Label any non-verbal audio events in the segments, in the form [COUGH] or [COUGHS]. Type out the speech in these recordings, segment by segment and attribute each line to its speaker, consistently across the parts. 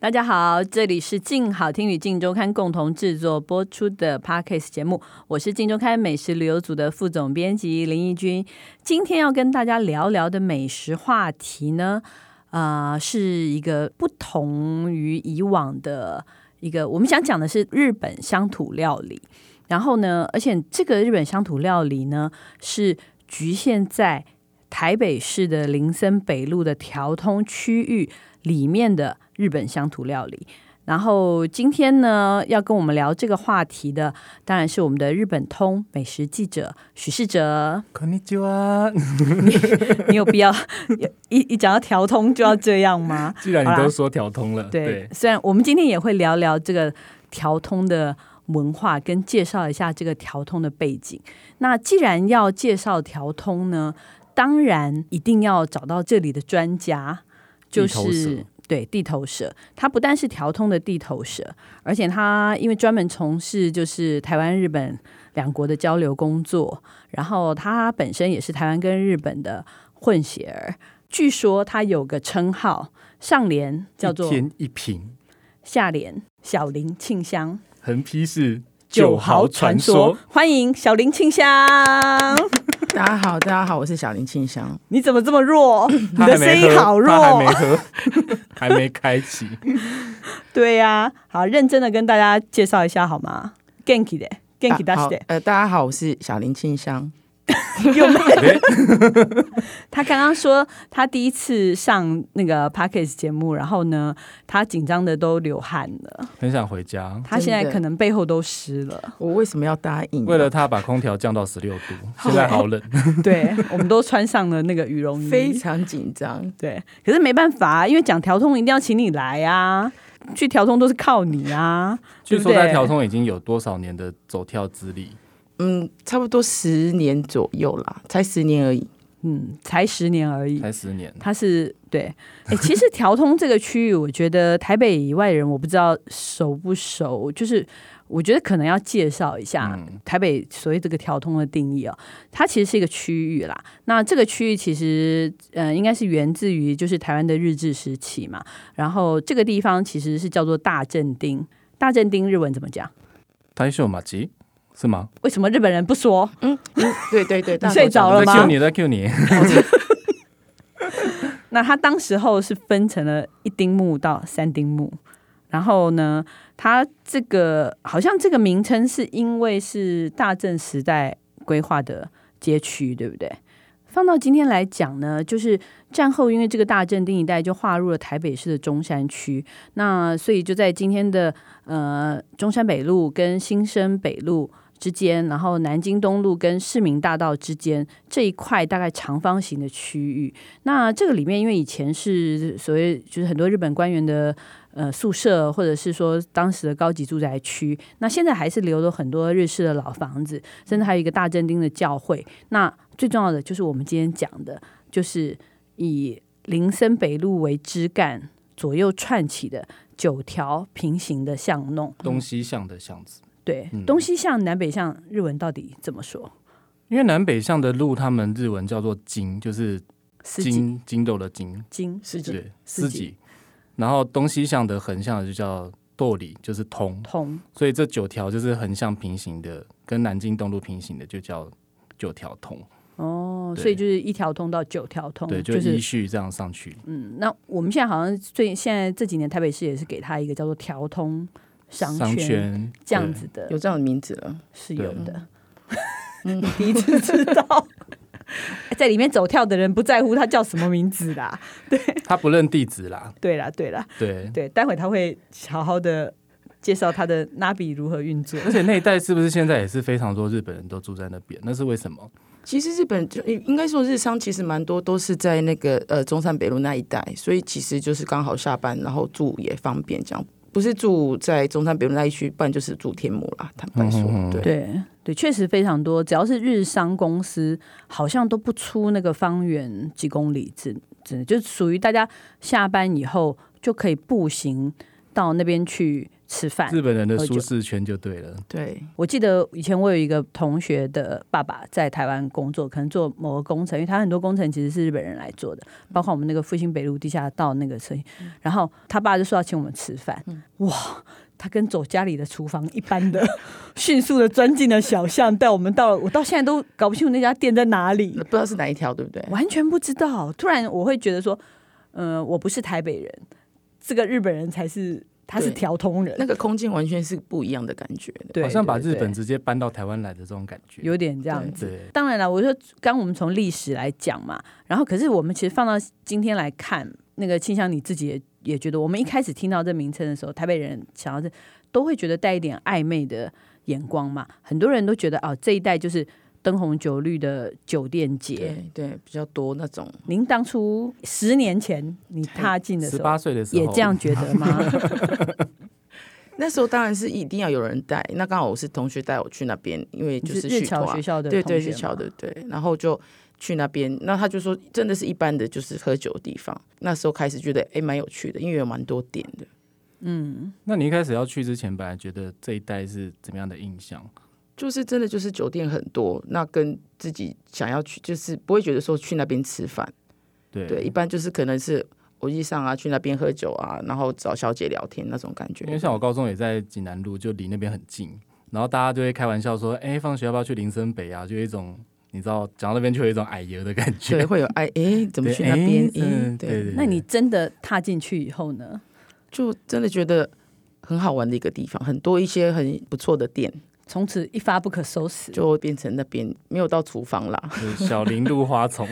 Speaker 1: 大家好，这里是静好听与静周刊共同制作播出的 Podcast 节目，我是静周刊美食旅游组的副总编辑林义君。今天要跟大家聊聊的美食话题呢，呃，是一个不同于以往的一个，我们想讲的是日本乡土料理。然后呢，而且这个日本乡土料理呢，是局限在台北市的林森北路的调通区域里面的日本乡土料理。然后今天呢，要跟我们聊这个话题的，当然是我们的日本通美食记者许世哲。
Speaker 2: こんにちは。
Speaker 1: 你有必要 [LAUGHS] 一一讲到调通就要这样吗？
Speaker 3: [LAUGHS] 既然
Speaker 1: 好
Speaker 3: 你
Speaker 1: 啦
Speaker 3: 都说调通了，
Speaker 1: 对，，虽然我们今天也会聊聊这个调通的文化，跟介绍一下这个调通的背景。那既然要介绍调通呢，当然一定要找到这里的专家，就
Speaker 3: 地头
Speaker 1: 是
Speaker 3: 蛇。
Speaker 1: 对地头蛇，它不但是调通的地头蛇，而且它因为专门从事就是台湾、日本两国的交流工作，然后他本身也是台湾跟日本的混血儿。据说他有个称号，上联叫做
Speaker 3: 一天一瓶，
Speaker 1: 下联小林庆香
Speaker 3: 横批是九豪传说，，
Speaker 1: 欢迎小林庆
Speaker 3: [LAUGHS]
Speaker 1: 香。
Speaker 4: 大家好，大家好，我是小林庆香。
Speaker 1: 你怎么这么弱？你
Speaker 3: [COUGHS] [LAUGHS] 他
Speaker 1: 的
Speaker 3: 还
Speaker 1: 声
Speaker 3: 没
Speaker 1: 音
Speaker 3: 喝
Speaker 1: 好
Speaker 3: 他还没
Speaker 1: 弱。
Speaker 3: 喝， [LAUGHS] 还没
Speaker 1: [LAUGHS]
Speaker 3: 开启。
Speaker 1: 对呀、好，认真的跟大家介绍一下好吗？Genki 的，Genki
Speaker 4: 啊
Speaker 1: 大
Speaker 4: 好
Speaker 1: 师的，
Speaker 4: [LAUGHS] 呃，大家好，我是小林庆香。
Speaker 1: 有没有？他刚刚说他第一次上那个 p a c k a g e 节目，然后呢，他紧张的都流汗了，
Speaker 3: 很想回家，
Speaker 1: 他现在
Speaker 4: 真的
Speaker 1: 可能背后都湿了。
Speaker 4: 我为什么要答应啊？
Speaker 3: 为了他把空调降到十六度，现在好冷。
Speaker 1: [LAUGHS] 对，我们都穿上了那个羽绒衣，
Speaker 4: [LAUGHS] 非常紧张，
Speaker 1: 对，可是没办法、啊因为讲调通一定要请你来啊，去调通都是靠你啊。
Speaker 3: [LAUGHS] 据
Speaker 1: 对不
Speaker 3: 说
Speaker 1: 对
Speaker 3: 在调通已经有多少年的走跳资历？
Speaker 4: 嗯，差不多十年左右啦，才十年而已。
Speaker 1: 嗯，才十年而已。
Speaker 3: 才十年，
Speaker 1: 他是对， [LAUGHS] 哎、其实调通这个区域，我觉得台北以外人我不知道熟不熟，就是我觉得可能要介绍一下、
Speaker 3: 嗯
Speaker 1: 台北所谓这个调通的定义哦，它其实是一个区域啦。那这个区域其实呃应该是源自于就是台湾的日治时期嘛，然后这个地方其实是叫做大正町，大正町日文怎么讲？
Speaker 3: 台秀马吉是吗？
Speaker 1: 为什么日本人不说？
Speaker 4: 对对对，大家
Speaker 1: 睡着好
Speaker 3: 我
Speaker 1: 了
Speaker 3: 在
Speaker 1: 吗
Speaker 3: Q 你，我在 Q 你，
Speaker 1: 那它当时候是分成了一丁目到三丁目，然后呢，它这个好像这个名称是因为是大正时代规划的街区，对不对？放到今天来讲呢，就是战后因为这个大正町一带就划入了台北市的中山区，那所以就在今天的呃中山北路跟新生北路之间，然后南京东路跟市民大道之间这一块大概长方形的区域，那这个里面，因为以前是所谓就是很多日本官员的呃宿舍，或者是说当时的高级住宅区，那现在还是留了很多日式的老房子，甚至还有一个大正町的教会。那最重要的就是我们今天讲的，就是以林森北路为枝干左右串起的九条平行的巷弄。
Speaker 3: 东西向的巷子。
Speaker 1: 对，
Speaker 3: 嗯
Speaker 1: 东西向、南北向，日文到底怎么说？
Speaker 3: 因为南北向的路，他们日文叫做“金”，就是
Speaker 1: 四季
Speaker 3: 金金豆的“金
Speaker 1: 经”，
Speaker 4: 十”，几
Speaker 3: 对，
Speaker 1: 四
Speaker 3: 四
Speaker 1: 季
Speaker 3: 己。然后东西向的横向的就叫“舵里”，就是通。
Speaker 1: 通
Speaker 3: 所以这九条就是横向平行的，跟南京东路平行的就叫九条通，
Speaker 1: 哦，
Speaker 3: 对
Speaker 1: 所以就是一条通到九条通，
Speaker 3: 对，
Speaker 1: 哦
Speaker 3: 就
Speaker 1: 就是
Speaker 3: 依序这样上去。
Speaker 1: 嗯，那我们现在好像最现在这几年台北市也是给它一个叫做调通商
Speaker 3: 商
Speaker 1: 圈
Speaker 3: 圈
Speaker 1: 这样，子的
Speaker 4: 有，这样的名字了。
Speaker 1: 是有
Speaker 3: 对
Speaker 1: 的。 [LAUGHS] 你第一次知道， [LAUGHS] 在里面走跳的人不在乎他叫什么名字啦。
Speaker 3: 对他不认地址啦，
Speaker 1: 对啦，对啦，
Speaker 3: 对。
Speaker 1: 对，待会他会好好的介绍他的拉比如何运作。
Speaker 3: 而且那一带是不是现在也是非常多日本人都住在那边？那是为什么？
Speaker 4: 其实日本就应该说日商其实蛮多都是在那个呃中山北路那一带，所以其实就是刚好下班，然后住也方便，这样不是住在中山北路那一区，不然就是住天母啦。坦白说，
Speaker 3: 嗯嗯嗯
Speaker 4: 对。
Speaker 1: 对对，确实非常多。只要是日商公司，好像都不出那个方圆几公里之之内，就是属于大家下班以后就可以步行到那边去吃饭。
Speaker 3: 日本人的
Speaker 1: 喝酒
Speaker 3: 舒适圈就对了。
Speaker 4: 对，
Speaker 1: 我记得以前我有一个同学的爸爸在台湾工作，可能做某个工程，因为他很多工程其实是日本人来做的，
Speaker 4: 嗯
Speaker 1: 包括我们那个复兴北路地下道那个车。然后他爸就说要请我们吃饭，
Speaker 4: 嗯
Speaker 1: 哇！他跟走家里的厨房一般的， [LAUGHS] 迅速的钻进了小巷，带我们到了，我到现在都搞不清楚那家店在哪里。
Speaker 4: 不知道是哪一条，对不对？
Speaker 1: 完全不知道。突然我会觉得说，呃，我不是台北人，这个日本人才是，他是
Speaker 4: 对
Speaker 1: 调通人，
Speaker 4: 那个空间完全是不一样的感觉的。
Speaker 1: 对，
Speaker 3: 好像把
Speaker 1: 对
Speaker 3: 日本
Speaker 1: 对
Speaker 3: 直接搬到台湾来的这种感觉。
Speaker 1: 有点这样子。
Speaker 3: 对，
Speaker 1: 当然了，我说刚我们从历史来讲嘛，然后可是我们其实放到今天来看，那个清香你自己也也觉得，我们一开始听到这名称的时候，台北人想要这都会觉得带一点暧昧的眼光嘛，很多人都觉得哦，这一带就是灯红酒绿的酒店街。
Speaker 4: 对对，比较多那种。
Speaker 1: 您当初十年前你踏进的时
Speaker 3: 十
Speaker 1: 候，
Speaker 3: 八岁的时候
Speaker 1: 也这样觉得吗？ [LAUGHS]
Speaker 4: 那时候当然是一定要有人带，那刚好我是同学带我去那边，因为
Speaker 1: 就是日
Speaker 4: 去
Speaker 1: 侨
Speaker 4: 团
Speaker 1: 学校的
Speaker 4: 对
Speaker 1: 同
Speaker 4: 对
Speaker 1: 学
Speaker 4: 日侨
Speaker 1: 嘛
Speaker 4: 的对，然后就去那边，那他就说真的是一般的就是喝酒的地方。那时候开始觉得哎蛮有趣的，因为有蛮多点的。
Speaker 3: 那你一开始要去之前，本来觉得这一带是怎么样的印象？
Speaker 4: 就是真的就是酒店很多，那跟自己想要去，就是不会觉得说去那边吃饭，
Speaker 3: 对
Speaker 4: 对，一般就是可能是国际上啊，去那边喝酒啊，然后找小姐聊天那种感觉
Speaker 3: 因。为像我高中也在济南路，就离那边很近，然后大家就会开玩笑说：“哎、放学要不要去林森北啊？”就有一种你知道，讲到那边就有一种矮油的感
Speaker 4: 对，
Speaker 3: 觉。
Speaker 4: 会有哎哎，怎么
Speaker 3: 对
Speaker 4: 去那边？
Speaker 3: 诶
Speaker 4: 哎，
Speaker 3: 嗯对对
Speaker 1: 那你真的踏进去以后呢？
Speaker 4: 就真的觉得很好玩的一个地方，很多一些很不错的店，
Speaker 1: 从此一发不可收拾。
Speaker 4: 就变成那边没有到厨房啦。
Speaker 3: [LAUGHS] 就是小林路花丛，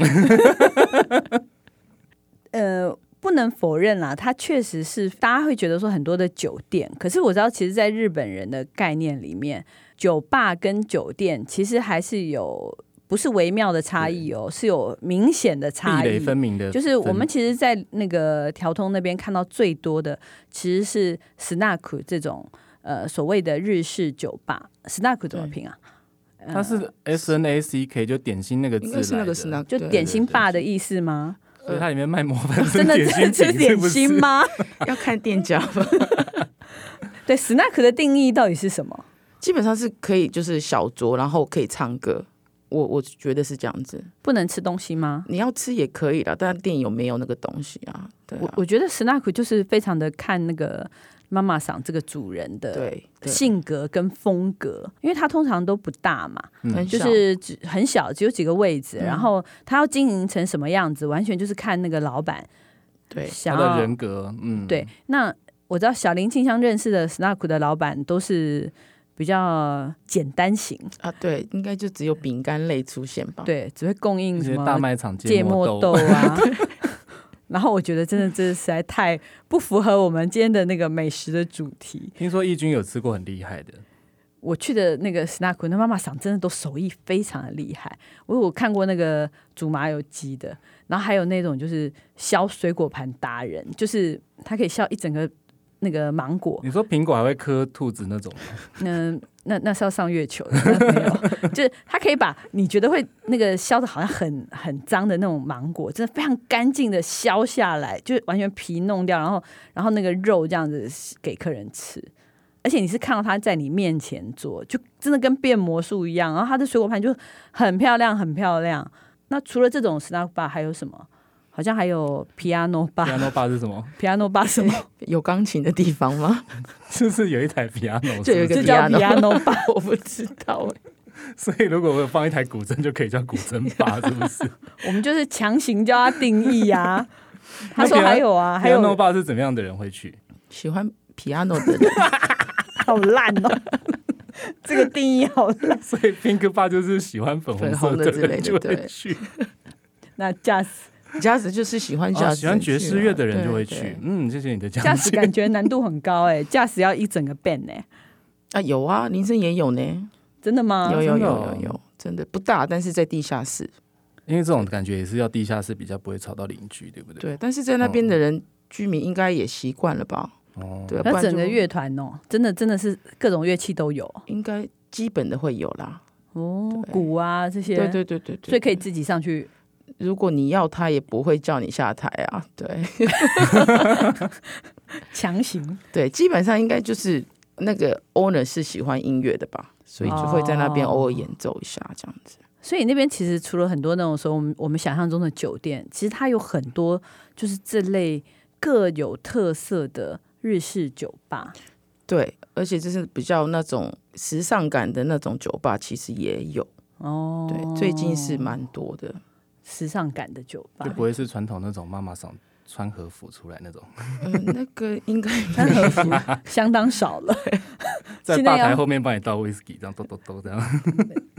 Speaker 1: 呃，不能否认啦，它确实是大家会觉得说很多的酒店，可是我知道，其实，在日本人的概念里面，酒吧跟酒店其实还是有不是微妙的差异哦，是有明显的
Speaker 3: 壁
Speaker 1: [LAUGHS]
Speaker 3: [LAUGHS]
Speaker 1: 差
Speaker 3: 垒
Speaker 1: 异。
Speaker 3: 分明的分，
Speaker 1: 就是我们其实，在那个调通那边看到最多的，其实是 snack 这种呃所谓的日式酒吧。snack 怎么
Speaker 4: 对
Speaker 1: 拼啊？呃
Speaker 3: 它是 S N A C K，就点心那个字
Speaker 4: 应
Speaker 3: 来
Speaker 4: 该
Speaker 3: 的，
Speaker 4: 是那个是那
Speaker 1: 就
Speaker 4: 对
Speaker 1: 点
Speaker 3: 对
Speaker 1: 心
Speaker 3: 对
Speaker 1: 霸的意思吗？
Speaker 3: 所以它里面卖模板
Speaker 1: 呃哦真的 [LAUGHS]
Speaker 3: 点
Speaker 1: 是
Speaker 3: 心
Speaker 1: 吃
Speaker 3: 饼，是
Speaker 1: 点
Speaker 3: 不是
Speaker 1: 心？
Speaker 3: [LAUGHS]
Speaker 1: 吗？
Speaker 4: 要看店家吧。 [LAUGHS]
Speaker 1: 对，snack 的定义到底是什么？
Speaker 4: 基本上是可以就是小酌，然后可以唱歌。我我觉得是这样子，
Speaker 1: 不能吃东西吗？
Speaker 4: 你要吃也可以啦，但店有没有那个东西啊？对
Speaker 1: 我
Speaker 4: 啊，
Speaker 1: 我觉得 snack 就是非常的看那个妈妈桑这个主人的
Speaker 4: 对，对
Speaker 1: 性格跟风格，因为它通常都不大嘛，
Speaker 4: 很
Speaker 1: 就
Speaker 4: 少
Speaker 1: 是只很小，只有几个位置，
Speaker 4: 嗯
Speaker 1: 然后它要经营成什么样子，完全就是看那个老板
Speaker 4: 对
Speaker 3: 他
Speaker 1: 想
Speaker 3: 的
Speaker 1: 要
Speaker 3: 人格，嗯，
Speaker 1: 哦对，。那我知道小林清香认识的 snack 的老板都是比较简单型，
Speaker 4: 啊，对，应该就只有饼干类出现吧。，
Speaker 1: 对，只会供应
Speaker 3: 一
Speaker 1: 什
Speaker 3: 些
Speaker 1: 么
Speaker 3: 大卖场
Speaker 1: 芥末
Speaker 3: 豆
Speaker 1: 豆啊。 [LAUGHS] 然后我觉得真的，这实在太不符合我们今天的那个美食的主题。
Speaker 3: 听说义军有吃过很厉害的，
Speaker 1: 我去的那个 snack，那妈妈桑真的都手艺非常的厉害。我有看过那个煮麻油鸡的，然后还有那种就是削水果盘达人，就是他可以削一整个那个芒果。
Speaker 3: 你说苹果还会磕兔子那种，
Speaker 1: 嗯，那那是要上月球的， [LAUGHS] 那没有，就是他可以把你觉得会那个削的好像很很脏的那种芒果，真的非常干净的削下来，就是完全皮弄掉，然后然后那个肉这样子给客人吃。而且你是看到他在你面前做，就真的跟变魔术一样。然后他的水果盘就很漂亮，很漂亮。那除了这种 snack bar 还有什么？好像还有 piano
Speaker 3: 皮亚
Speaker 1: [LAUGHS] bar，piano
Speaker 4: 啊
Speaker 3: 诺爸是什么？ [LAUGHS]
Speaker 1: bar 什么？
Speaker 4: 有钢琴的地方吗？ [LAUGHS]
Speaker 3: 就是有一台皮亚诺，
Speaker 4: 就 [LAUGHS] 有一个
Speaker 1: 就叫
Speaker 4: piano
Speaker 1: piano bar。
Speaker 4: 我不知道哎、
Speaker 3: [LAUGHS] 所以如果我有放一台古筝，就可以叫古筝
Speaker 1: [LAUGHS]
Speaker 3: 爸，是不是？
Speaker 1: 我们就是强行叫他定义啊。 [LAUGHS] 他
Speaker 3: 那
Speaker 1: 说
Speaker 3: 别人
Speaker 1: 还有啊，还
Speaker 3: 还有诺
Speaker 1: 有
Speaker 3: 爸是怎么样的人
Speaker 1: [LAUGHS]
Speaker 3: 会去？
Speaker 4: 喜欢 piano 的人，
Speaker 1: 好烂哦， [LAUGHS] 这个定义好烂。
Speaker 3: 所以 Pink 爸就是喜欢粉红色
Speaker 4: 粉红的之
Speaker 3: 人
Speaker 4: 类的
Speaker 3: 就会
Speaker 4: 对
Speaker 3: 去，
Speaker 1: 那驾驶
Speaker 4: [LAUGHS] 家子就是喜欢
Speaker 3: 哦
Speaker 4: 家、
Speaker 3: 喜欢爵士乐的人就会
Speaker 4: 啊对
Speaker 3: 去
Speaker 4: 对。
Speaker 3: 嗯，谢谢你的
Speaker 1: 驾
Speaker 3: 讲
Speaker 1: 驶
Speaker 3: 解。
Speaker 1: 感觉难度很高哎，驾驶要一整个 band 呢，
Speaker 4: 啊，有啊，林森也有呢，
Speaker 1: 真的吗？
Speaker 4: 有有有
Speaker 3: 真的哦
Speaker 4: 有有，真的不大，但是在地下室，
Speaker 3: 因为这种感觉也是要地下室比较不会吵到邻居，对不对？
Speaker 4: 对，但是在那边的人、居民应该也习惯了吧？
Speaker 3: 哦，
Speaker 4: 对，不
Speaker 1: 那
Speaker 4: 然
Speaker 1: 整
Speaker 4: 就
Speaker 1: 个乐团哦，真的真的是各种乐器都有
Speaker 4: 应该基本的会有啦。
Speaker 1: 哦，
Speaker 4: 对
Speaker 1: 鼓啊这些，
Speaker 4: 对对对对对，
Speaker 1: 所以可以
Speaker 4: 对
Speaker 1: 自己上去
Speaker 4: 如果你要他，也不会叫你下台啊。对 [LAUGHS]
Speaker 1: 强行
Speaker 4: 对，基本上应该就是那个 owner 是喜欢音乐的吧，所以就会在那边
Speaker 1: 哦
Speaker 4: 偶尔演奏一下这样子。
Speaker 1: 所以那边其实除了很多那种说我们我们想象中的酒店，其实它有很多就是这类各有特色的日式酒吧。
Speaker 4: 对，而且就是比较那种时尚感的那种酒吧，其实也有。
Speaker 1: 哦，
Speaker 4: 对，最近是蛮多
Speaker 1: [LAUGHS]
Speaker 4: 的。
Speaker 1: 时尚感的酒吧
Speaker 3: 就，不会是传统那种妈妈桑穿和服出来那
Speaker 1: [LAUGHS]
Speaker 3: 种，
Speaker 4: 嗯、那个应该
Speaker 1: 穿和服相当少了，
Speaker 3: [LAUGHS] 在
Speaker 1: 现在
Speaker 3: 吧台
Speaker 1: 要
Speaker 3: 后面帮你倒威士忌，这样咚咚咚这样。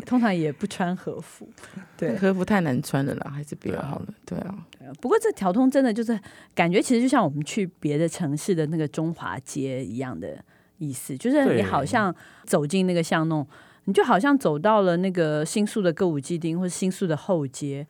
Speaker 1: 通常也不穿和服。 [LAUGHS]
Speaker 3: [LAUGHS]
Speaker 1: 对，
Speaker 4: 和服太难穿了啦，还是比较好的。对啊，
Speaker 1: 不过这条通真的就是感觉，其实就像我们去别的城市的那个中华街一样的意思，就是你
Speaker 3: 对
Speaker 1: 好像走进那个巷弄，你就好像走到了那个新宿的歌舞伎町或者新宿的后街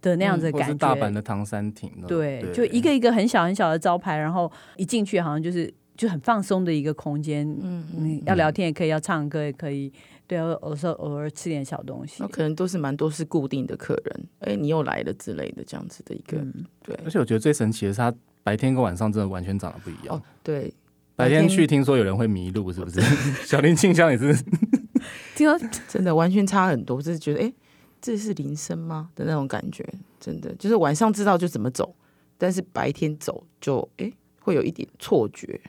Speaker 1: 的那样子的
Speaker 3: 嗯或
Speaker 1: 感
Speaker 3: 是
Speaker 1: 觉。
Speaker 3: 大阪的唐山亭那种，
Speaker 1: 对，就一个一个很小很小的招牌，然后一进去好像就是就很放松的一个空间。
Speaker 4: 嗯嗯，
Speaker 1: 嗯，要聊天也可以，要唱歌也可以，对，偶时候偶尔吃点小东西
Speaker 4: 那。可能都是蛮多是固定的客人，哎，你又来了之类的这样子的一个。
Speaker 1: 嗯，
Speaker 4: 对，
Speaker 3: 而且我觉得最神奇的是，它白天跟晚上真的完全长得不一样。
Speaker 4: 哦对，
Speaker 3: 白天去
Speaker 4: 白
Speaker 3: 听说有人会迷路，是不是？小林清香也是，
Speaker 1: 听
Speaker 4: [LAUGHS]
Speaker 1: 说
Speaker 4: 真的完全差很多，就是觉得哎，诶这是铃声吗的那种感觉，真的就是晚上知道就怎么走，但是白天走就哎会有一点错觉。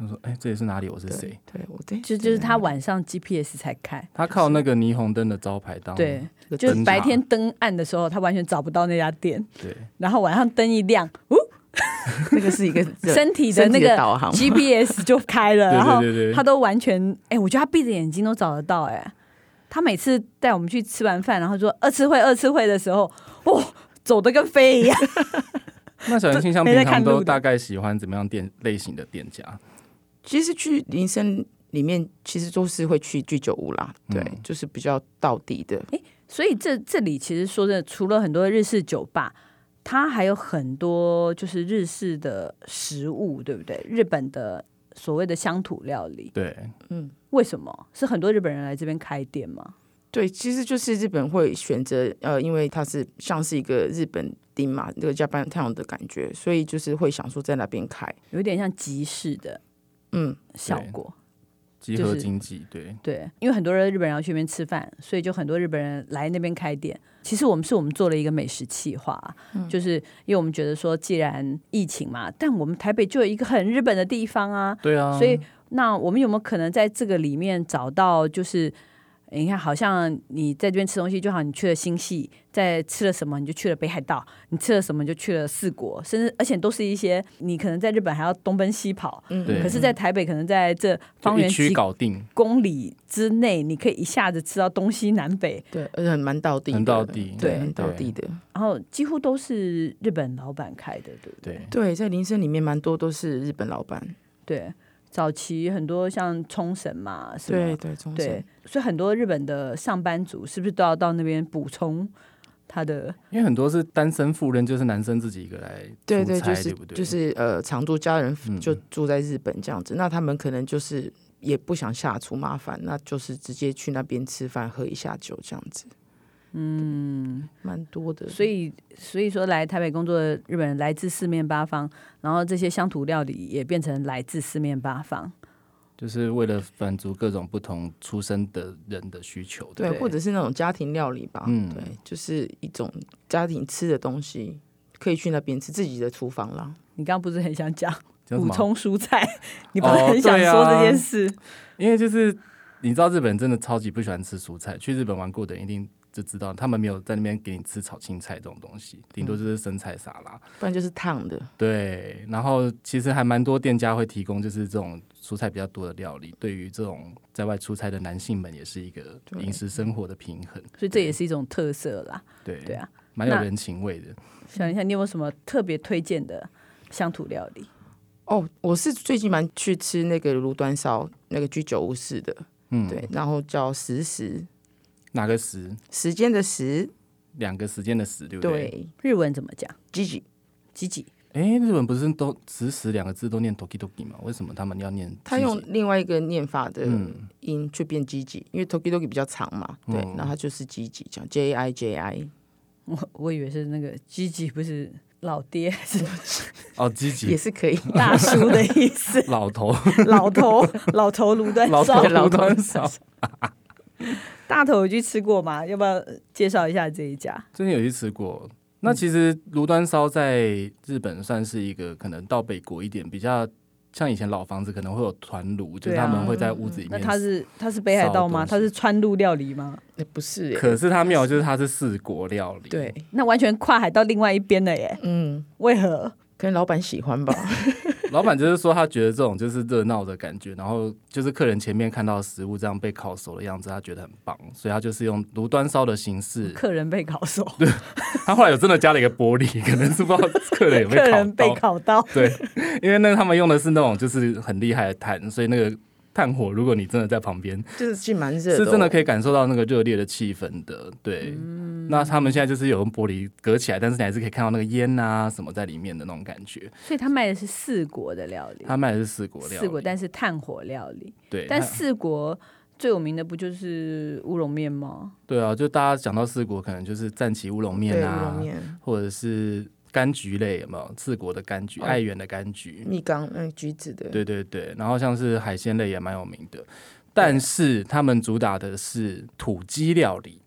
Speaker 3: 他说：“哎、这里是哪里？我是
Speaker 4: 对
Speaker 3: 谁
Speaker 4: 对，我哎对，
Speaker 1: 就就是他晚上 GPS 才开，？”
Speaker 3: 他靠那个霓虹灯的招牌当
Speaker 1: 对，
Speaker 4: 哦这个
Speaker 1: 就
Speaker 4: 灯
Speaker 1: 是
Speaker 3: 灯
Speaker 1: 白
Speaker 3: 塔
Speaker 1: 天灯暗的时候，他完全找不到那家店，
Speaker 3: 对
Speaker 1: 然后晚上灯一亮，哦，
Speaker 4: [LAUGHS] 那个是一个
Speaker 1: 身体的
Speaker 4: 身
Speaker 1: 那
Speaker 4: 体的
Speaker 1: 个
Speaker 4: 导航
Speaker 1: GPS 就开
Speaker 4: [LAUGHS]
Speaker 1: 了，
Speaker 3: 对
Speaker 1: 呃然后
Speaker 3: 对对对
Speaker 1: 他都完全，哎、我觉得他闭着眼睛都找得到、哎，他每次带我们去吃完饭，然后说二次会二次会的时候，哦，走的跟飞一样，
Speaker 3: 那小林清香
Speaker 1: 没
Speaker 3: 平
Speaker 1: 在看
Speaker 3: 常
Speaker 1: 路
Speaker 3: 都
Speaker 1: 的
Speaker 3: 大概喜欢怎么样店类型的店家？
Speaker 4: 其实去林森里面，其实都是会去居酒屋啦，对，
Speaker 3: 嗯
Speaker 4: 就是比较到底的。
Speaker 1: 所以这这里其实说真的，除了很多日式酒吧。它还有很多就是日式的食物，对不对？日本的所谓的乡土料理，
Speaker 3: 对，
Speaker 4: 嗯，
Speaker 1: 为什么？是很多日本人来这边开店吗？
Speaker 4: 对，其实就是日本会选择呃，因为它是像是一个日本町嘛，这个加班太阳的感觉，所以就是会想说在那边开。
Speaker 1: 有点像集市的
Speaker 4: 嗯，
Speaker 1: 效果。
Speaker 3: 集合经济，对，
Speaker 1: 对，因为很多人日本人要去那边吃饭，所以就很多日本人来那边开店。其实我们是我们做了一个美食企划，啊就是因为我们觉得说，既然疫情嘛，但我们台北就有一个很日本的地方啊，
Speaker 3: 对啊。
Speaker 1: 所以那我们有没有可能在这个里面找到就是？你看，好像你在这边吃东西，就好像你去了新系，在吃了什么你就去了北海道，你吃了什么你就去了四国，甚至而且都是一些你可能在日本还要东奔西跑，
Speaker 4: 嗯
Speaker 3: 对
Speaker 1: 可是，在台北可能在这方
Speaker 3: 就
Speaker 1: 圆
Speaker 3: 一区
Speaker 1: 几
Speaker 3: 搞定，
Speaker 1: 公里之内，你可以一下子吃到东西南北，
Speaker 4: 对，而且很蛮到地的，
Speaker 3: 很道地
Speaker 4: 对，
Speaker 1: 对
Speaker 4: 很到地的。
Speaker 1: 然后几乎都是日本老板开的，对不对？
Speaker 3: 对，
Speaker 4: 对，在林森里面蛮多都是日本老板，
Speaker 1: 对，早期很多像冲绳嘛，是
Speaker 4: 对
Speaker 1: 吗？
Speaker 4: 对，中
Speaker 1: 对
Speaker 4: 山，，
Speaker 1: 所以很多日本的上班族是不是都要到那边补充他的？
Speaker 3: 因为很多是单身赴任，就是男生自己一个来
Speaker 4: 对
Speaker 3: 出
Speaker 4: 对，
Speaker 3: 差，
Speaker 4: 就是
Speaker 3: 不对？
Speaker 4: 就是呃，常住家人
Speaker 3: 嗯
Speaker 4: 就住在日本这样子，那他们可能就是也不想下厨麻烦，那就是直接去那边吃饭喝一下酒这样子。嗯，蛮多的，
Speaker 1: 所以，所以说来台北工作的日本人来自四面八方，然后这些乡土料理也变成来自四面八方。
Speaker 3: 就是为了满足各种不同出身的人的需求的。
Speaker 4: 对，
Speaker 1: 对
Speaker 4: 或者是那种家庭料理吧，
Speaker 3: 嗯
Speaker 4: 对，就是一种家庭吃的东西，可以去那边吃自己的厨房啦。
Speaker 1: 你刚刚不是很想讲
Speaker 3: 讲什
Speaker 1: 补
Speaker 3: 么
Speaker 1: 充蔬 [LAUGHS] 菜？你不是
Speaker 3: 哦
Speaker 1: 很想
Speaker 3: 对啊
Speaker 1: 说这件事？
Speaker 3: 因为就是你知道日本人真的超级不喜欢吃蔬菜，去日本玩过的人一定就知道，他们没有在那边给你吃炒青菜这种东西，顶多就是生菜沙拉。
Speaker 4: 不然就是烫的，
Speaker 3: 对，然后其实还蛮多店家会提供就是这种蔬菜比较多的料理，对于这种在外出差的男性们也是一个
Speaker 4: 对
Speaker 3: 饮食生活的平衡。
Speaker 1: 所以这也是一种特色啦。
Speaker 3: 对
Speaker 1: 对啊，
Speaker 3: 蛮有
Speaker 1: 那
Speaker 3: 人情味的。
Speaker 1: 想一下，你有没有什么特别推荐的乡土料理？
Speaker 4: 哦，我是最近蛮去吃那个炉端烧，那个居酒屋式的，
Speaker 3: 嗯，
Speaker 4: 对，，然后叫时时
Speaker 3: 哪个时？
Speaker 4: 时间的时，
Speaker 3: 两个时间的时，对不对？
Speaker 4: 对
Speaker 1: 日文怎么讲？
Speaker 4: g i
Speaker 1: 吉吉
Speaker 3: 哎，日本不是都“时时”两个字都念 “toki toki” 吗？为什么他们要念？
Speaker 4: 他用另外一个念法的
Speaker 3: 嗯哦
Speaker 4: 音去变 g i 因为 toki toki 比较长嘛，对，
Speaker 3: 嗯
Speaker 4: 那它就是 g i 这样 j i j i，
Speaker 1: 我我以为是那个 Gigi，不是老爹，是
Speaker 3: 哦，积
Speaker 4: 也
Speaker 3: 极，
Speaker 4: 是可以。
Speaker 1: 大叔的意思
Speaker 3: 老头，
Speaker 1: 老头 [LAUGHS] 老头卤蛋
Speaker 3: 老
Speaker 1: 烧
Speaker 3: 头，。
Speaker 4: 老头
Speaker 3: 很少。
Speaker 1: 大头有去吃过吗？要不要介绍一下这一家？
Speaker 3: 最近有去吃过。
Speaker 1: 嗯
Speaker 3: 那其实炉端烧在日本算是一个可能到北国一点，比较像以前老房子可能会有团炉，就
Speaker 1: 对
Speaker 3: 是
Speaker 1: 啊
Speaker 3: 他们会在屋子里
Speaker 1: 那
Speaker 3: 面。
Speaker 1: 他是他是北海道吗？
Speaker 3: 烧东西
Speaker 1: 他是川路料理吗？
Speaker 4: 哎不是耶，
Speaker 3: 可是它妙就是它是四国料理，
Speaker 4: 对，，
Speaker 1: 那完全跨海到另外一边了耶！
Speaker 4: 嗯，
Speaker 1: 为何？
Speaker 4: 可能老板喜欢吧。
Speaker 3: [LAUGHS] 老板就是说他觉得这种就是热闹的感觉，然后就是客人前面看到食物这样被烤熟的样子，他觉得很棒，所以他就是用炉端烧的
Speaker 1: [LAUGHS]
Speaker 3: 形式。
Speaker 1: 客人被烤熟，
Speaker 3: 他后来有真的加了一个玻璃，可能是不知道客人有没
Speaker 1: 客人
Speaker 3: 有
Speaker 1: 被
Speaker 3: 烤到。
Speaker 1: 烤到，
Speaker 3: [LAUGHS] 对，因为那个他们用的是那种就是很厉害的炭，所以那个炭火，如果你真的在旁边，
Speaker 4: 就是其实蛮热的、哦
Speaker 3: 是真的可以。感受到那个热烈的气氛的。对，
Speaker 4: 嗯
Speaker 3: 那他们现在就是有用玻璃隔起来，但是你还是可以看到那个烟啊什么在里面的那种感觉。
Speaker 1: 所以他卖的是四国的料理，
Speaker 3: 他卖的是四国料理，
Speaker 1: 四国但是炭火料理，
Speaker 3: 对，
Speaker 1: 但
Speaker 3: 它
Speaker 1: 四国最有名的不就是乌龙面吗？
Speaker 3: 对啊，就大家讲到四国，可能就是战旗乌龙面
Speaker 4: 对，乌
Speaker 3: 啊
Speaker 4: 龙，面、
Speaker 3: 或者是柑橘类，有没有？四国的柑橘，
Speaker 4: 哦
Speaker 3: 爱媛的柑橘，
Speaker 4: 蜜缸、嗯，橘子的，
Speaker 3: 对对对。然后像是海鲜类也蛮有名的，但是他们主打的是土鸡料理，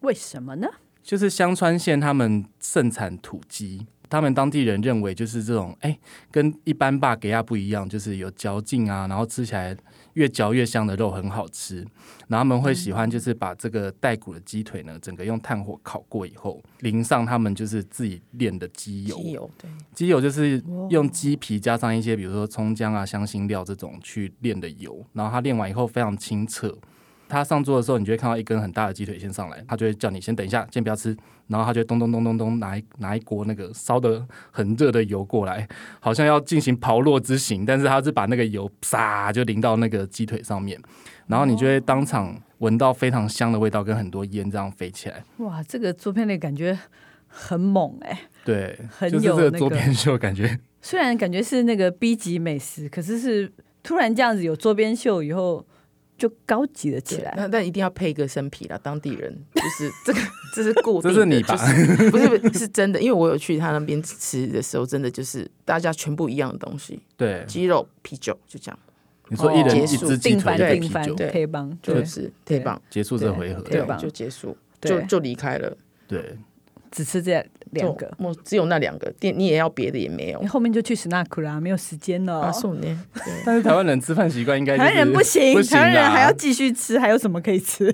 Speaker 1: 为什么呢？
Speaker 3: 就是香川县他们盛产土鸡。他们当地人认为，就是这种哎、跟一般巴给亚不一样，就是有嚼劲啊，然后吃起来越嚼越香的肉很好吃。然后他们会喜欢，就是把这个带骨的鸡腿呢，整个用炭火烤过以后，淋上他们就是自己炼的鸡油。
Speaker 4: 鸡油，对，
Speaker 3: 鸡油就是用鸡皮加上一些，比如说葱姜啊、香辛料这种去炼的油，然后它炼完以后非常清澈。它上桌的时候，你就会看到一根很大的鸡腿先上来，他就会叫你先等一下，先不要吃，然后他就咚咚咚咚咚拿一拿一锅那个烧的很热的油过来，好像要进行刨落之刑，但是他是把那个油撒就淋到那个鸡腿上面，然后你就会
Speaker 1: 哦
Speaker 3: 当场闻到非常香的味道跟很多烟这样飞起来。
Speaker 1: 哇，这个做片类感觉很猛哎、
Speaker 3: 对，
Speaker 1: 很
Speaker 3: 就是
Speaker 1: 有
Speaker 3: 这个
Speaker 1: 那
Speaker 3: 桌
Speaker 1: 个
Speaker 3: 边秀感
Speaker 1: [LAUGHS]
Speaker 3: 觉
Speaker 1: 虽然感觉是那个 B 级美食，可是是突然这样子有桌边秀以后，就高级了起
Speaker 4: 对
Speaker 1: 来。
Speaker 4: 那但一定要配一个生皮啦，当地人 [LAUGHS] 就是这个，这是固定的，
Speaker 3: 这是你吧
Speaker 4: 就是不是是真的，因为我有去他那边吃的时候，真的就是大家全部一样的东西，
Speaker 3: 对。
Speaker 4: 鸡肉、啤酒，就这样，
Speaker 3: 你说一人一
Speaker 4: 结束
Speaker 3: 只鸡
Speaker 1: 定
Speaker 3: 腿
Speaker 1: 番
Speaker 3: 一
Speaker 1: 哦
Speaker 3: 个
Speaker 4: 对
Speaker 1: 定
Speaker 3: 啤
Speaker 1: 番
Speaker 3: 酒，
Speaker 4: 对
Speaker 1: 配帮，
Speaker 3: 对
Speaker 4: 就是对棒，
Speaker 3: 结束这回合，
Speaker 1: 对
Speaker 4: 对
Speaker 1: 吧
Speaker 4: 就结束，就
Speaker 1: 对
Speaker 4: 就离开了，
Speaker 3: 对，
Speaker 1: 只吃这两个。
Speaker 4: 就，我只有那两个哦店，你也要别的也没有
Speaker 1: 你。后面就去 snack 啦，没有时间了。
Speaker 4: 啊，送呢？对
Speaker 3: 但是台湾人吃饭习惯应该
Speaker 1: 台湾人
Speaker 3: 不
Speaker 1: 不行，
Speaker 3: 不啊
Speaker 1: 台湾
Speaker 3: 啦
Speaker 1: 人还要。继续吃，还有什么可以吃？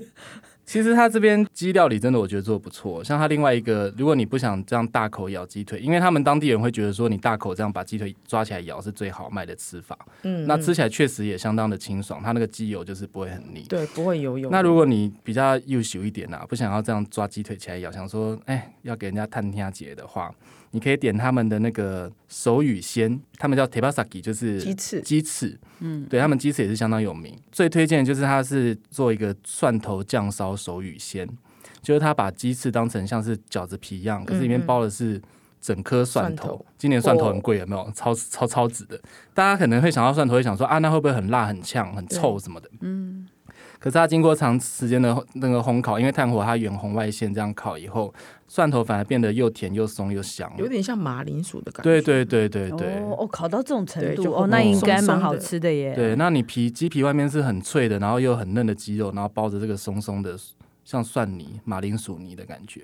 Speaker 3: 其实他这边鸡料理真的我觉得做得不错，像他另外一个，如果你不想这样大口咬鸡腿，因为他们当地人会觉得说你大口这样把鸡腿抓起来咬是最豪迈的吃法，
Speaker 4: 嗯，
Speaker 3: 那
Speaker 4: 嗯
Speaker 3: 吃起来确实也相当的清爽，它那个鸡油就是不会很腻。
Speaker 4: 对不会游泳。
Speaker 3: 那如果你比较优秀一点啊，不想要这样抓鸡腿起来咬，想说哎、要给人家探听姐的话，你可以点他们的那个手语鲜，他们叫 tebasaki，就是
Speaker 4: 鸡翅，
Speaker 3: 鸡翅，嗯，对他们鸡翅也是相当有名。最推荐的就是它是做一个蒜头酱烧手语鲜，就是它把鸡翅当成像是饺子皮一样，可是里面包的是整颗蒜头。
Speaker 4: 蒜头
Speaker 3: 今年蒜头很贵，有没有？超超超值的。大家可能会想到蒜头，会想说啊，那会不会很辣、很呛、很臭什么的？嗯。可是它经过长时间的那个烘烤，因为炭火它远红外线这样烤以后，蒜头反而变得又甜又松又香。
Speaker 4: 有点像马铃薯的感觉。
Speaker 3: 对对对对对。
Speaker 1: 哦，哦，烤到这种程
Speaker 4: 对
Speaker 1: 度，
Speaker 4: 就
Speaker 1: 哦，那应该
Speaker 4: 松松
Speaker 1: 蛮
Speaker 4: 的
Speaker 1: 好吃的耶。
Speaker 3: 对，那你皮鸡皮外面是很脆的，然后又很嫩的鸡肉，然后包着这个松松的像蒜泥、马铃薯泥的感觉，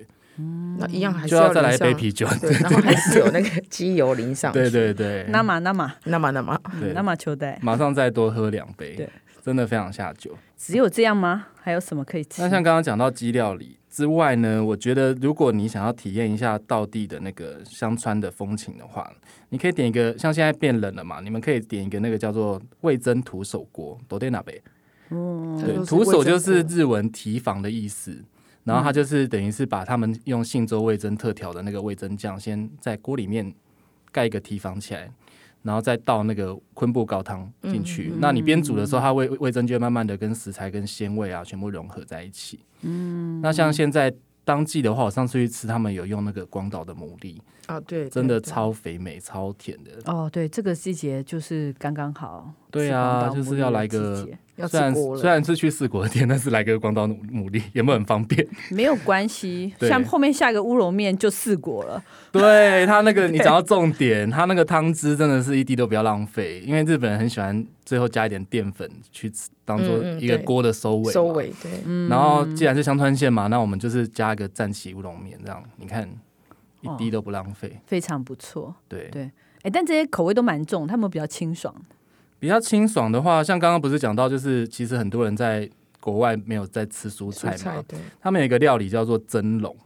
Speaker 4: 那一样还是
Speaker 3: 就要再来一杯
Speaker 4: 淋上
Speaker 3: 啤酒。
Speaker 4: 对，
Speaker 3: [LAUGHS]
Speaker 4: 然后还是有那个鸡油淋上去。
Speaker 3: 对对对，
Speaker 1: 那么那么嗯
Speaker 4: 那么那么，
Speaker 3: 对
Speaker 1: 那么秋代，
Speaker 3: 马上再多喝两杯
Speaker 1: 对，
Speaker 3: 真的非常下酒。
Speaker 1: 只有这样吗？还有什么可以吃
Speaker 3: 那？像刚刚讲到鸡料理之外呢，我觉得如果你想要体验一下道地的那个香川的风情的话，你可以点一个，像现在变冷了嘛，你们可以点一个那个叫做味增土手锅，多点那杯。
Speaker 4: 嗯
Speaker 3: 对，徒手就是日文提防的意思。然
Speaker 4: 嗯
Speaker 3: 后它就是等于是把他们用信州味增特调的那个味增酱，先在锅里面盖一个提防起来，然后再倒那个昆布高汤进
Speaker 4: 嗯
Speaker 3: 去。那你边煮的时候，它味味增就会慢慢的跟食材跟鲜味啊全部融合在一起。嗯，那像现在当季的话，我上次去吃他们有用那个广岛的牡蛎，
Speaker 4: 啊，对，对
Speaker 3: 真的
Speaker 4: 对
Speaker 3: 超肥美、超甜的。
Speaker 1: 哦，对，这个季节就是刚刚好，
Speaker 3: 对
Speaker 1: 吃
Speaker 3: 啊
Speaker 1: 广，岛
Speaker 3: 就是要来
Speaker 1: 牡蛎的
Speaker 3: 个
Speaker 1: 季节
Speaker 4: 要吃
Speaker 3: 虽然
Speaker 4: 锅了。
Speaker 3: 虽然是去四国的店，但是来个广岛牡牡蛎也不很方便。
Speaker 1: 没有关系，
Speaker 3: 对
Speaker 1: 像后面下一个乌龙面就四果了，
Speaker 3: [LAUGHS] 对他那个，你讲到重点，他那个汤汁真的是一滴都不要浪费，因为日本人很喜欢最后加一点淀粉去吃当做
Speaker 4: 嗯嗯
Speaker 3: 一个
Speaker 4: 对
Speaker 3: 锅的收尾嘛。嗯
Speaker 4: 收尾对，
Speaker 3: 然后既然是香川县嘛，那我们就是加一个战旗乌龙面，这样你看一滴都不浪费。
Speaker 1: 非常不错。
Speaker 3: 对，
Speaker 1: 对哎，但这些口味都蛮重，他们比较清爽。
Speaker 3: 比较清爽的话，像刚刚不是讲到，就是其实很多人在国外没有在吃蔬菜
Speaker 4: 蔬
Speaker 3: 嘛，
Speaker 4: 菜对，
Speaker 3: 他们有一个料理叫做蒸笼，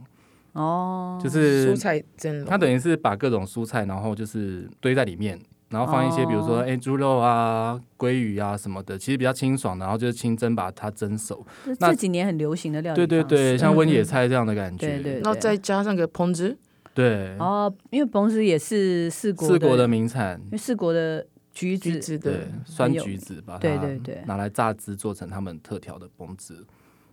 Speaker 1: 哦，
Speaker 3: 就是
Speaker 4: 蔬菜蒸笼，
Speaker 3: 它等于是把各种蔬菜，然后就是堆在里面，然后放一些，
Speaker 1: 哦
Speaker 3: 比如说哎猪肉啊、鲑鱼啊什么的，其实比较清爽，然后就是清蒸把它蒸熟。
Speaker 1: 这
Speaker 3: 那
Speaker 1: 这几年很流行的料理
Speaker 3: 对
Speaker 1: 方
Speaker 3: 对
Speaker 1: 式。
Speaker 3: 对，像温野
Speaker 4: 嗯
Speaker 3: 菜这样的感觉。
Speaker 1: 对对
Speaker 4: 然后再加上个烹汁，
Speaker 3: 对
Speaker 1: 哦，因为彭子也是四国
Speaker 3: 四国的
Speaker 1: 因
Speaker 3: 名产，
Speaker 1: 为四国的橘
Speaker 4: 橘
Speaker 1: 子，
Speaker 4: 子
Speaker 3: 对
Speaker 4: 的，
Speaker 3: 酸
Speaker 1: 很有
Speaker 3: 橘子把它
Speaker 1: 对对对
Speaker 3: 拿来榨汁做成他们特调的崩汁。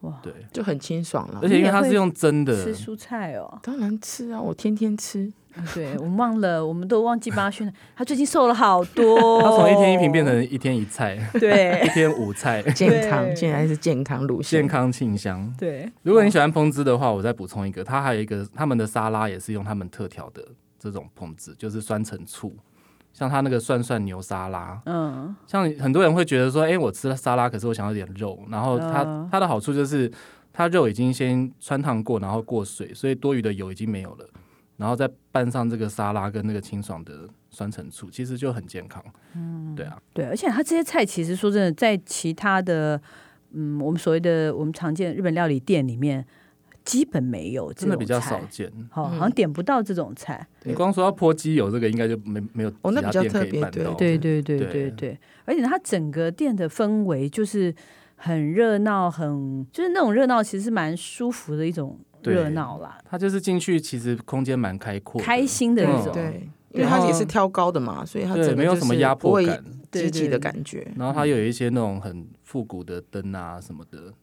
Speaker 1: 哇，
Speaker 3: 对，
Speaker 4: 就很清爽了
Speaker 3: 而。且因
Speaker 1: 你
Speaker 3: 为
Speaker 1: 也
Speaker 3: 它是
Speaker 1: 会
Speaker 3: 用蒸的，
Speaker 1: 吃蔬菜哦。
Speaker 4: 当然吃啊，我天天 [LAUGHS] 吃，
Speaker 1: [LAUGHS] 对，我们忘了，我们都忘记帮他宣传，他最近瘦了好
Speaker 3: [LAUGHS]
Speaker 1: 多。
Speaker 3: 它从一天一
Speaker 1: 哦
Speaker 3: 瓶变成一天一菜，
Speaker 1: 对
Speaker 3: 一天五菜， [LAUGHS]
Speaker 4: 健康，
Speaker 1: 对
Speaker 4: 竟然是健康路线，
Speaker 3: 健康清香。
Speaker 1: 对，
Speaker 3: 如果你喜欢烹汁的话，我再补充一个，它还有一个他们的沙拉也是用他们特调的这种烹汁，就是酸橙醋。像它那个涮涮牛沙拉，
Speaker 1: 嗯，
Speaker 3: 像很多人会觉得说，哎、我吃了沙拉，可是我想要点肉。然后它、
Speaker 1: 嗯
Speaker 3: 它的好处就是，它肉已经先穿烫过，然后过水，所以多余的油已经没有了。然后再拌上这个沙拉跟那个清爽的酸橙醋，其实就很健康。嗯，对啊，
Speaker 1: 对，而且它这些菜其实说真的，在其他的嗯，我们所谓的我们常见的日本料理店里面，基本没有这
Speaker 3: 真的比较
Speaker 1: 种菜
Speaker 3: 少，见。
Speaker 1: 好、
Speaker 4: 嗯
Speaker 1: 好像点不到这种菜。
Speaker 3: 你光说要泼鸡油这个，应该就没没有
Speaker 4: 哦
Speaker 3: 其
Speaker 4: 那比
Speaker 3: 他
Speaker 4: 较
Speaker 3: 店可
Speaker 4: 特
Speaker 3: 以
Speaker 4: 别
Speaker 3: 办
Speaker 4: 对
Speaker 3: 到。
Speaker 1: 对对对
Speaker 3: 对
Speaker 1: 对对，而且它整个店的氛围就是很热闹，很就是那种热闹，其实蛮舒服的一种
Speaker 3: 对
Speaker 1: 热闹啦，
Speaker 3: 它就是进去，其实空间蛮开阔的，
Speaker 1: 开心的一
Speaker 3: 嗯
Speaker 1: 种。
Speaker 4: 对，因为它也是挑高的嘛，所以它整
Speaker 3: 对，
Speaker 4: 个
Speaker 3: 没有
Speaker 4: 就是
Speaker 3: 什么压
Speaker 4: 不
Speaker 3: 迫
Speaker 4: 会
Speaker 3: 感。
Speaker 1: 对
Speaker 4: 积极
Speaker 1: 对
Speaker 4: 的感觉，
Speaker 3: 然后它又有一些那种很复古的灯啊什么的，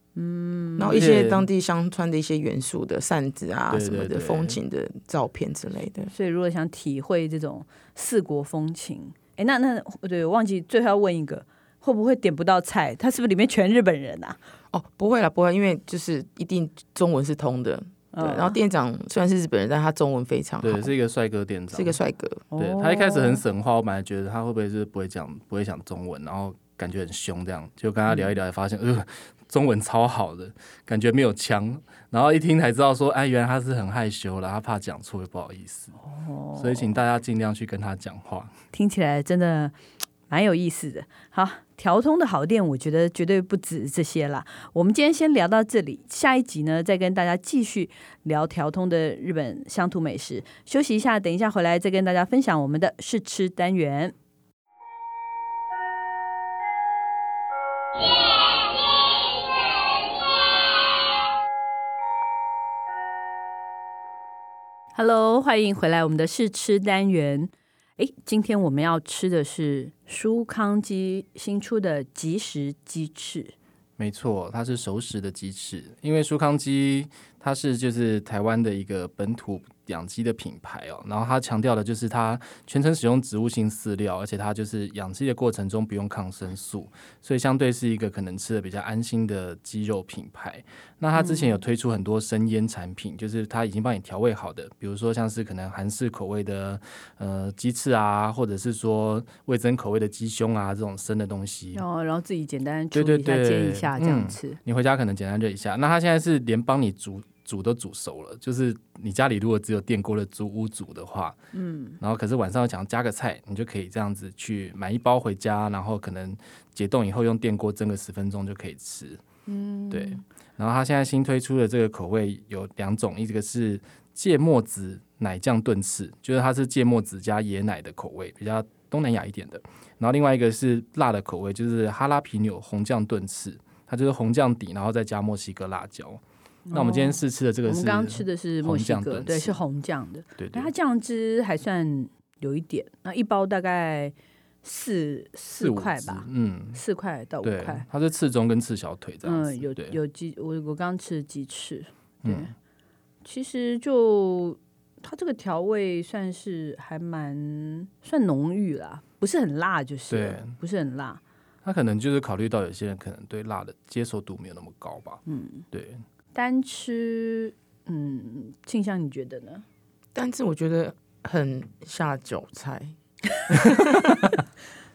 Speaker 4: 然后一些当地乡川的一些元素的扇子啊
Speaker 3: 对
Speaker 4: 什么
Speaker 3: 对
Speaker 4: 的
Speaker 3: 对
Speaker 4: 风景的照片之类的，
Speaker 1: 所以如果想体会这种四国风情，哎，那那对，我忘记最后要问一个，会不会点不到菜？它是不是里面全日本人啊？
Speaker 4: 哦，不会啦，不会，因为就是一定中文是通的。对，
Speaker 1: 嗯
Speaker 4: 然后店长虽然是日本人，但他中文非常好，
Speaker 3: 对，是一个帅哥店长，
Speaker 4: 嗯是一个哦帅哥。
Speaker 3: 对他一开始很
Speaker 1: 哦
Speaker 3: 神话，我本来觉得他会不会是不会讲不会讲中文，然后感觉很凶这样，就跟他聊一聊，才发现呃中文超好的，感觉没有腔，然后一听才知道说，哎，原来他是很害羞啦，他怕讲错会不好意思，
Speaker 1: 哦
Speaker 3: 所以请大家尽量去跟他讲话。
Speaker 1: 听起来真的蛮有意思的。好，调通的好店，我觉得绝对不止这些啦。我们今天先聊到这里，下一集呢再跟大家继续聊调通的日本乡土美食。休息一下，等一下回来再跟大家分享我们的试吃单元。Hello，欢迎回来我们的试吃单元。诶，今天我们要吃的是舒康鸡新出的即食鸡翅。
Speaker 3: 没错，它是熟食的鸡翅，因为舒康鸡它是就是台湾的一个本土养鸡的品牌哦，然后它强调的就是它全程使用植物性饲料，而且它就是养鸡的过程中不用抗生素，所以相对是一个可能吃的比较安心的鸡肉品牌。那它之前有推出很多生腌产品，就是它已经帮你调味好的，比如说像是可能韩式口味的呃鸡翅啊，或者是说味增口味的鸡胸啊这种生的东西。
Speaker 1: 然哦后，然后自己简单处
Speaker 3: 嗯对
Speaker 1: 理
Speaker 3: 对
Speaker 1: 一下、
Speaker 3: 对
Speaker 1: 煎一下，这样
Speaker 3: 嗯
Speaker 1: 吃。
Speaker 3: 你回家可能简单热一下。那它现在是连帮你煮煮都煮熟了，就是你家里如果只有电锅的租屋煮的话，嗯，然后可是晚上想加个菜，你就可以这样子去买一包回家，然后可能解冻以后用电锅蒸个十分钟就可以吃。嗯，对。然后它现在新推出的这个口味有两种，一个是芥末籽奶酱炖翅，就是它是芥末籽加椰奶的口味，比较东南亚一点的。然后另外一个是辣的口味，就是哈拉皮牛红酱炖翅，它就是红酱底，然后再加墨西哥辣椒。那我们今天试吃的这个
Speaker 1: 哦我
Speaker 3: 是，
Speaker 1: 们刚刚吃的是墨西
Speaker 3: 红酱
Speaker 1: 哥，
Speaker 3: 炖
Speaker 1: 对，
Speaker 3: 翅
Speaker 1: 是红酱的。
Speaker 3: 对对
Speaker 1: 那它酱汁还算有一点，那一包大概四四
Speaker 3: 四五
Speaker 1: 块
Speaker 3: 只
Speaker 1: 吧，
Speaker 3: 嗯，
Speaker 1: 四块到五
Speaker 3: 对
Speaker 1: 块，。
Speaker 3: 它是翅中跟翅小腿这样子，
Speaker 1: 嗯，有
Speaker 3: 对，
Speaker 1: 有鸡，我我刚吃的鸡翅，对，
Speaker 3: 嗯
Speaker 1: 其实就它这个调味算是还蛮算浓郁啦，不是很辣，就是
Speaker 3: 对
Speaker 1: 了不是很辣。
Speaker 3: 他可能就是考虑到有些人可能对辣的接受度没有那么高吧。嗯，对，
Speaker 1: 单吃，嗯，庆香你觉得呢？
Speaker 4: 但是我觉得很下酒菜，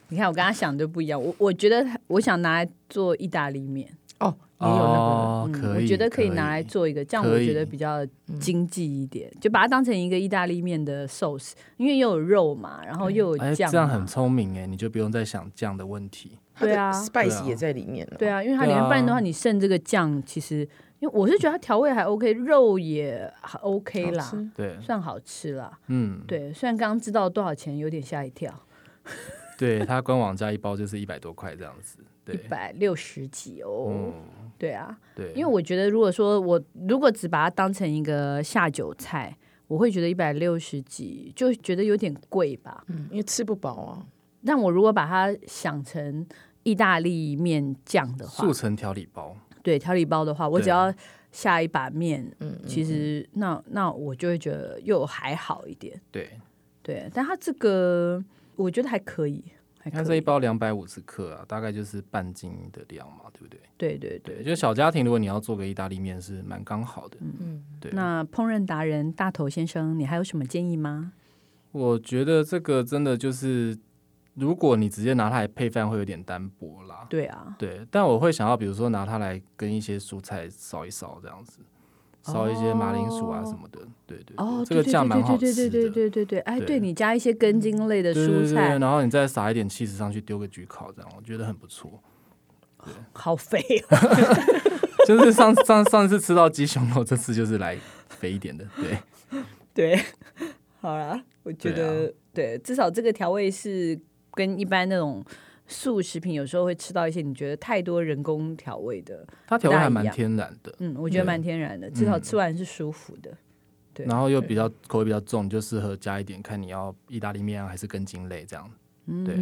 Speaker 1: 你看我跟他想的不一样，我我觉得我想拿来做意大利面，
Speaker 4: 哦，也有那个，
Speaker 3: 哦，
Speaker 1: 嗯
Speaker 3: 可以，
Speaker 1: 我觉得可以拿来做一个，这样我
Speaker 3: 可以
Speaker 1: 觉得比较经济一点，就把它当成一个意大利面的 sauce，因为又有肉嘛，然后又有
Speaker 3: 哎，
Speaker 1: 酱嘛，啊
Speaker 3: 这样很聪明哎，你就不用再想酱的问题。
Speaker 4: 它
Speaker 1: 对
Speaker 4: 的
Speaker 1: 啊
Speaker 4: spice 也在里面了。
Speaker 1: 对啊，因为它里
Speaker 3: 对
Speaker 1: 面
Speaker 3: 啊
Speaker 1: 不然的话，你剩这个酱，其实因为我是觉得它调味还 OK，肉也还 OK 啦，
Speaker 4: 好吃
Speaker 3: 对，
Speaker 1: 算好吃啦。
Speaker 3: 嗯，
Speaker 1: 对，虽然刚刚知道多少钱，有点吓一跳，
Speaker 3: 对，它官网价一包就是一百多块这样子。
Speaker 1: 一
Speaker 3: 对，
Speaker 1: 百六十几哦。
Speaker 3: 嗯，
Speaker 1: 对啊，
Speaker 3: 对，
Speaker 1: 因为我觉得如果说我如果只把它当成一个下酒菜，我会觉得一百六十几就觉得有点贵吧。
Speaker 4: 嗯，因为吃不饱啊。
Speaker 1: 但我如果把它想成意大利面酱的话
Speaker 3: 速，成调理包，
Speaker 1: 对调理包的话，我
Speaker 3: 对
Speaker 1: 只要下一把面，
Speaker 4: 嗯，嗯
Speaker 1: 其实那那我就会觉得又还好一点，
Speaker 3: 对，
Speaker 1: 对。但它这个我觉得还可以，还可
Speaker 3: 你看这一
Speaker 1: 以。
Speaker 3: 包两百五十克啊，大概就是半斤的量嘛，对不对？
Speaker 1: 对对对。
Speaker 3: 对，就小家庭，如果你要做个意大利面是蛮刚好的。
Speaker 4: 嗯，
Speaker 3: 对，
Speaker 1: 那烹饪达人大头先生，你还有什么建议吗？
Speaker 3: 我觉得这个真的就是，如果你直接拿它来配饭，会有点单薄啦。
Speaker 1: 对啊，
Speaker 3: 对，但我会想要，比如说拿它来跟一些蔬菜烧一烧，这样子，烧一些马铃薯啊
Speaker 1: 哦
Speaker 3: 什么的。对对对
Speaker 1: 哦，
Speaker 3: 这个
Speaker 1: 对对
Speaker 3: 酱蛮好吃
Speaker 1: 对对对
Speaker 3: 的。
Speaker 1: 对对对对，哎，
Speaker 3: 对嗯
Speaker 1: 对你加一些根茎类的
Speaker 3: 对对
Speaker 1: 蔬
Speaker 3: 对
Speaker 1: 菜，
Speaker 3: 然后你再撒一点气势上去，丢个焗烤，这样我觉得很不错。
Speaker 1: 好肥哦。
Speaker 3: 就是上上上次吃到鸡胸肉，这次就是来肥一点的。
Speaker 1: [LAUGHS]
Speaker 3: 对，
Speaker 1: 对，好啦，我觉得对，至少这个调味是跟一般那种素食品有时候会吃到一些你觉得太多人工调味的，
Speaker 3: 它调味还
Speaker 1: 不大一
Speaker 3: 蛮
Speaker 1: 样
Speaker 3: 天然的。
Speaker 1: 嗯，我觉得
Speaker 3: 对
Speaker 1: 蛮天然的，至少吃完是舒服的。对
Speaker 3: 然后又比较口味比较重，就适合加一点，看你要意大利面啊还是根茎类这样。对，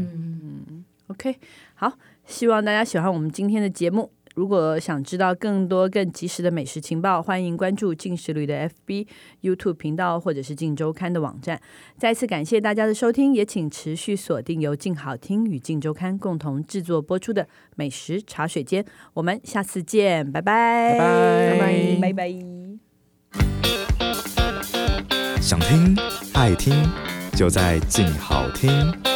Speaker 1: OK，好，希望大家喜欢我们今天的节目。如果想知道更多更及时的美食情报，欢迎关注进食旅的 FB、YouTube 频道或者是静周刊的网站。再次感谢大家的收听，也请持续锁定由静好听与静周刊共同制作播出的《美食茶水间》，我们下次见，拜拜，
Speaker 3: 拜
Speaker 1: 拜拜
Speaker 3: 拜
Speaker 1: 拜。
Speaker 5: 想听爱听，就在静好听。